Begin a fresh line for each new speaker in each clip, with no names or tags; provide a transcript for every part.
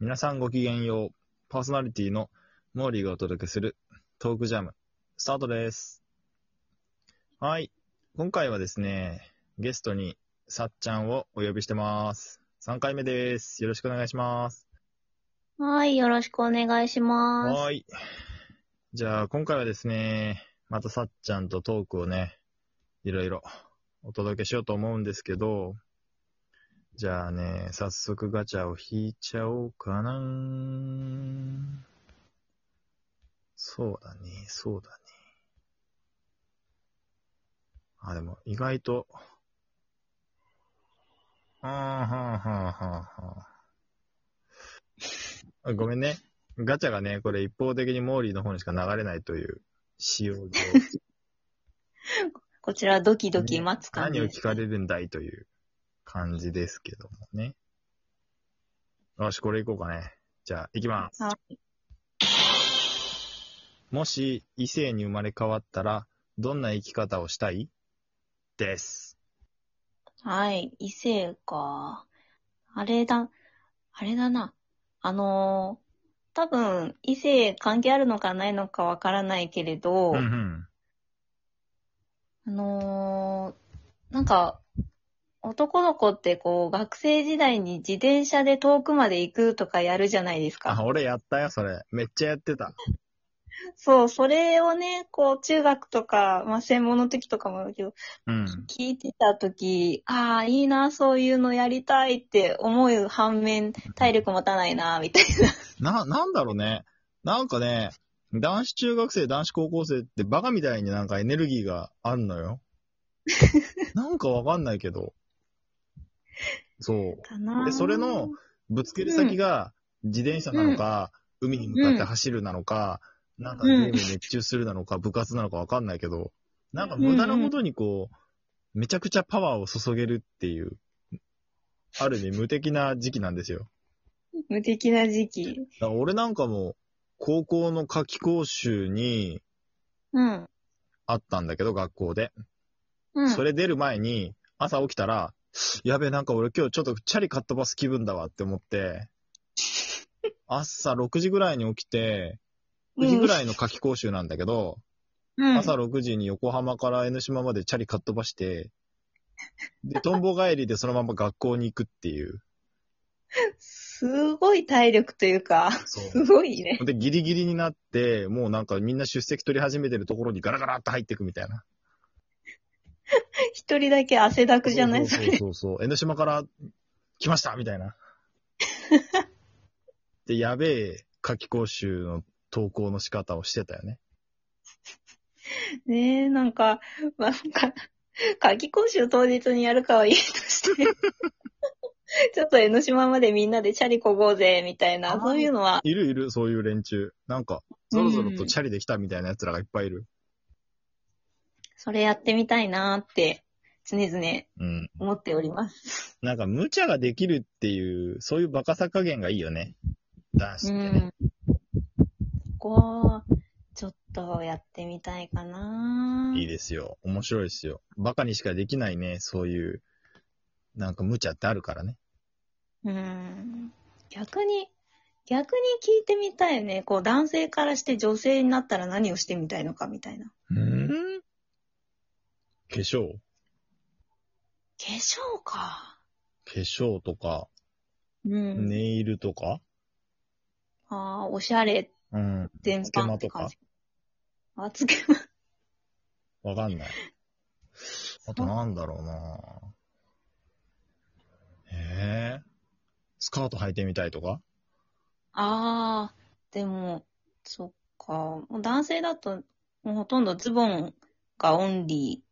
皆さんごきげんよう。パーソナリティのモーリーがお届けするトークジャム、スタートです。はい。今回はですね、ゲストにさっちゃんをお呼びしてます。3回目です。よろしくお願いします。
はい、よろしくお願いします。
はーい。じゃあ、今回はですね、またさっちゃんとトークをね、いろいろお届けしようと思うんですけど、じゃあね、早速ガチャを引いちゃおうかな。そうだね、そうだね。あ、でも意外と、あーはーはーはーはーあごめんね。ガチャがね、これ一方的にモーリーの方にしか流れないという仕様上、
こちらドキドキ待つ感
何
じ
を
で
聞
す。
かれるんだいという感じですけどもね。よし、これいこうかね。じゃあ、いきます。
は
もし異性に生まれ変わったら、どんな生き方をしたいです。
はい、異性か。あれだ、あれだな。あのー多分、異性関係あるのかないのかわからないけれど、
うんうん。
あのーなんか、男の子ってこう、学生時代に自転車で遠くまで行くとかやるじゃないです
あ、
か。
俺やったよ、それ。めっちゃやってた。
そう、それをね、こう、中学とか、まあ、専門の時とかもだけど、
うん。
聞いてた時ああ、いいな、そういうのやりたいって思う反面、体力持たないな、みたいな。
な、なんだろうね。なんかね、男子中学生、男子高校生ってバカみたいになんかエネルギーがあんの よ。なんかわかんないけど。そう。
かな
でそれの、ぶつける先が自転車なのか、海に向かって走るなのか、なんかゲームに熱中するなのか、部活なのかわかんないけど、なんか無駄なことにこう、めちゃくちゃパワーを注げるっていう、ある意味無敵な時期なんですよ。
無敵な時期。
だから俺なんかも、高校の夏期講習に
うん。
あったんだけど、学校で。
うん。
それ出る前に、朝起きたら、やべえ、なんか俺今日ちょっとチャリかっ飛ばす気分だわって思 って、朝6時ぐらいに起きて、9時ぐらいの夏期講習なんだけど、
うん、
朝6時に横浜から江ノ島までチャリかっ飛ばして、で、トンボ帰りでそのまま学校に行くっていう。
すごい体力というか、
そ
すごいね。
う。で、ギリギリになって、もうなんかみんな出席取り始めてるところにガラガラって入ってくみたいな。
一人だけ汗だくじゃない
そ
そう
そう
れ。
そうそう。江ノ島から来ましたみたい な。で、やべえ、夏季講習の投稿の仕方をしてたよね。
ねえ、なんか、まあ、なんか、夏季講習当日にやるかはいいとして。 ちょっと江ノ島までみんなでチャリこごうぜ、みたい
あー
な、そういうのは、
いるいる、そういう連中。なんか、ぞろぞろとチャリで来たみたいな奴らがいっぱいいる。
それやってみたいなーって、常々
うん。
思っております。
なんか、無茶ができるっていう、そういうバカさ加減がいいよね。男子
う
ってね。
ん。ここ、ちょっとやってみたいかない
いですよ。面白いですよ。バカにしかできないね、そういう、なんか無茶ってあるからね。
うん。逆に、逆に聞いてみたいよね。こう、男性からして女性になったら何をしてみたいのかみたいな。
うん化粧
化粧か。
化粧とか、
うん。
ネイルとか、
ああ、おしゃれ
うん。
全
つけ
般
ま
って
と
感
か
じ。あ、つけま。
わかんない。あとなんだろうなええスカート履いてみたいとか
ああ、でも、そっか。もう男性だと、もうほとんどズボンがオンリ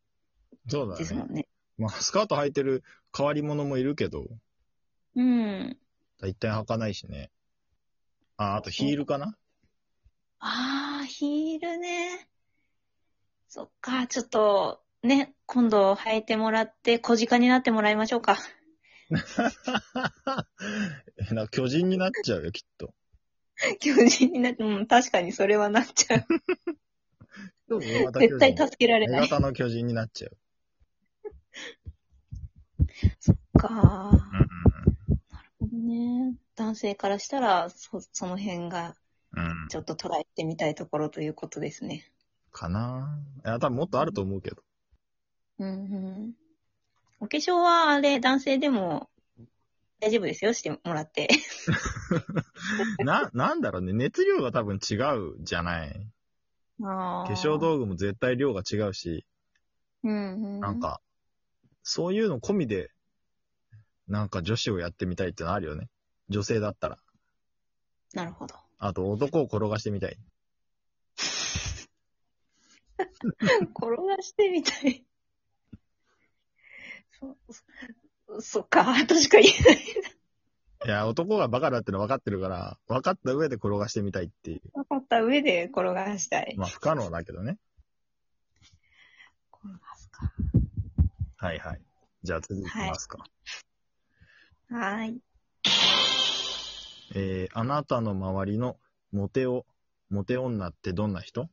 そう
ー
だ
ですも
ね。
んね。
まあ、スカート履いてる変わり者もいるけど、
うん。
一体履かないしね。あ、あとヒールかな
ああ、ヒールね。そっか、ちょっと、ね、今度履いてもらって、小鹿になってもらいましょうか。
え な巨人になっちゃうよ、きっと。
巨人になって、うん、確かにそれはなっちゃう。絶
絶
対助けられ
目
ない。
型の巨人になっちゃう。
そっか。
うんうんうん
ねね。男性からしたら、そ、その辺が、
うん。
ちょっとトライしてみたいところということですね。
かなぁ。いや、多分もっとあると思うけど。
うんうん。お化粧は、あれ、男性でも、大丈夫ですよ、してもらって。
な、なんだろうね。熱量が多分違うじゃない。
あ
化
あ。
粧道具も絶対量が違うし、
うんうん。
なん。か、そういうの込みで、なんか女子をやってみたいってのあるよね。女性だったら。
なるほど。
あと男を転がしてみたい。
転がしてみたい。そ、そそっか、確かに。
いや、男がバカだっての分かってるから、分かった上で転がしてみたいっていう。
分かった上で転がしたい。
まあ不可能だけどね。
転がすか。
はいはい。じゃあ続きますか。
はーい。
えー、あなたの周りのモテを、モテ女ってどんな人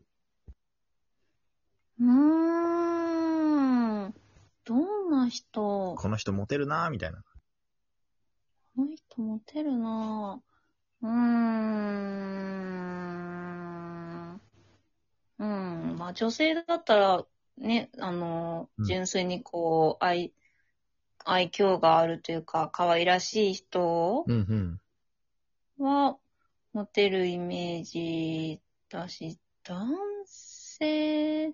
うーん。どんな人
この人モテるなーみたいな。
この人モテるなぁ。うーん。うん。まあ女性だったら、ね、あの
う、ん
純粋にこう、愛、愛嬌があるというか、可愛らしい人
うんうん。
は、モテるイメージだし、男性、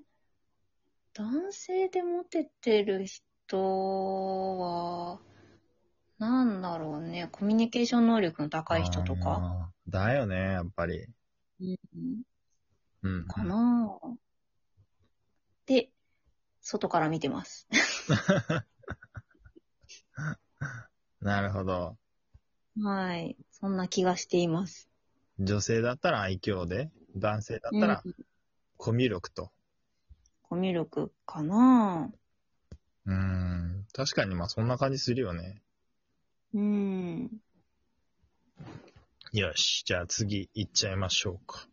男性でモテてる人は、なんだろうね、コミュニケーション能力の高い人とか、
あー。だよね、やっぱり。
うん
うんうん。
かなぁ。で、外から見てます。
なるほど。
はい。そんな気がしています。
女性だったら愛嬌で、男性だったら
うん
コミュ力と。
コミュ力かなぁ。
うーん。確かにまあそんな感じするよね。
うん。
よし。じゃあ次行っちゃいましょうか。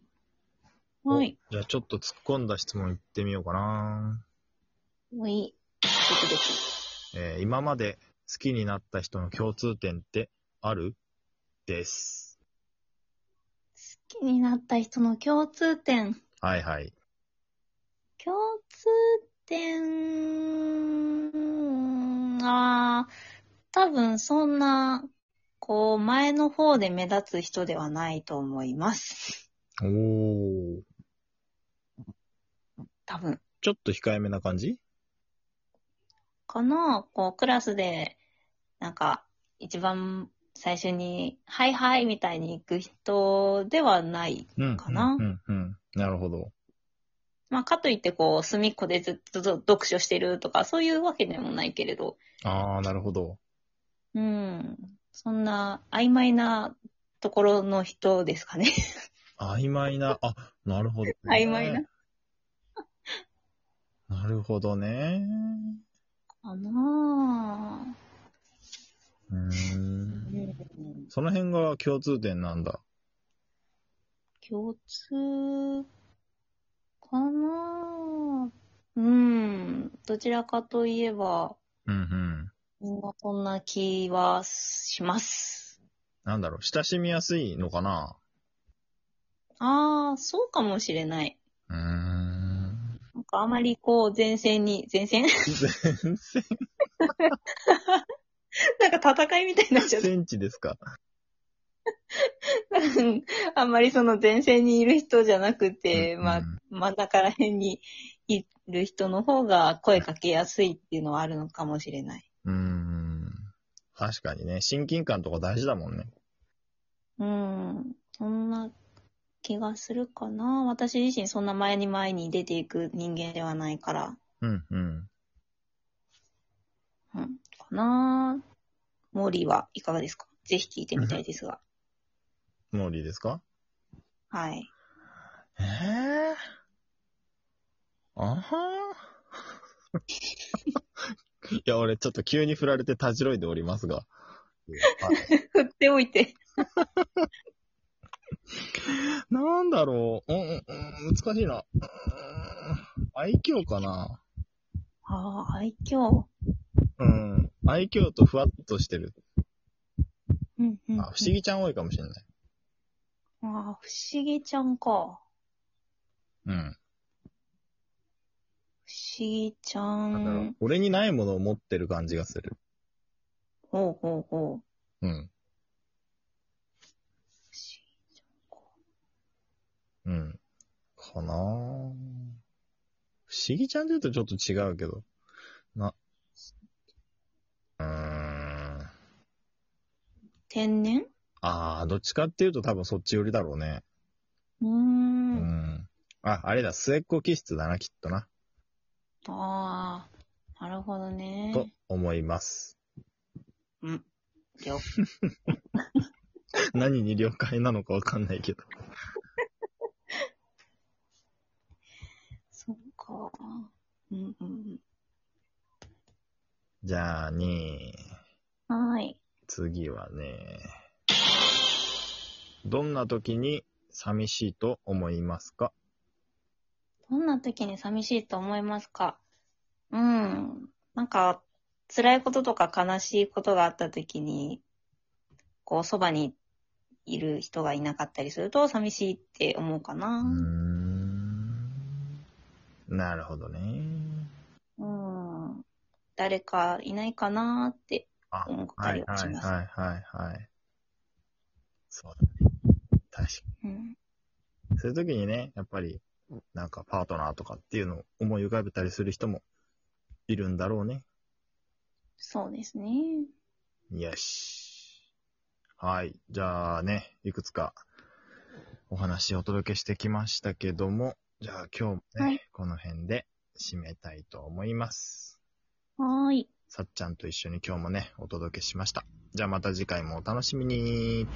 はい。
お。じゃあちょっと突っ込んだ質問行ってみようかな。
もういい。ドキドキ
えー今まで好きになった人の共通点ってあるです。
好きになった人の共通点。
はいはい。
共通点は、多分そんな、こう、前の方で目立つ人ではないと思います。
おー。
多分。
ちょっと控えめな感じ
この、こう、クラスで、なんか、一番最初に、はいはいみたいに行く人ではない。
うん。
かな
うんうん、うん。なるほど。
まあ、かといって、こう、隅っこでずっと読書してるとか、そういうわけでもないけれど、
あー、なるほど。
うん。そんな曖昧なところの人ですかね。
曖昧な、あ、なるほど、ね。
曖昧な。
なるほどね。
かな
う
ぁ。
ーん。その辺が共通点なんだ。
共通かなぁ。うん。どちらかといえば、
うんうん。
みんなそんな気はします。
なんだろう、親しみやすいのかな
ああ、そうかもしれない。
うーん。
なんかあまりこう前線に、前線
全然、
なんか戦いみたいになっちゃった。
センチですか。
うんあんまりその前線にいる人じゃなくて、
うん
まあ
うん、
真ん中ら辺にいる人の方が声かけやすいっていうのはあるのかもしれない。
うーん。確かにね、親近感とか大事だもんね。
うん。そんな気がするかな。私自身そんな前に前に出ていく人間ではないから。
うんうん。
うん。かな。モーリーはいかがですかぜひ聞いてみたいですが。
モーリーですか
はい。
ええあはー いや、俺ちょっと急に振られてたじろいでおりますが。はい
振っておいて。
なんだろう。うんうんうん、難しいな。うーん愛嬌かな。
ああ、愛嬌。
うん。愛嬌とふわっとしてる。
ううんうんうん。
あ、不思議ちゃん多いかもしれない。
ああ、不思議ちゃんか。
うん。
不思議ちゃ
なんだろ
ん
う。。俺にないものを持ってる感じがする。
ほうほうほう。
うん。
不思議ちゃんか。
うん。かなぁ。不思議ちゃんって言うとちょっと違うけど。な。うーん。
天然
あー、どっちかっていうと多分そっち寄りだろうね。
うー。
うんん。あ、あれだ、末っ子気質だな、きっとな。
ああ、なるほどね。
と思います。
うん。了解。
何に了解なのかわかんないけど。
そっか。うんうん
じゃあね、
うん。はい。
次はね、どんな時に寂しいと思いますか
どんな時に寂しいと思いますかうん。なんか、辛いこととか悲しいことがあった時に、こう、そばにいる人がいなかったりすると寂しいって思うか
うー
な。
ん。なるほどね。
うん。誰かいないかなって
あ、
思った
は
り
い
は
は
し
い
ます。
はいはいはい。そうだね。確か
うん。
に。そういう時にね、やっぱり、なんかパートナーとかっていうのを思い浮かべたりする人もいるんだろうね。
そうですね。
よし。はい。じゃあね、いくつかお話をお届けしてきましたけども、じゃあ今日もね、
はい
この辺で締めたいと思います。
はーい。
さっちゃんと一緒に今日もね、お届けしました。じゃあまた次回もお楽しみに。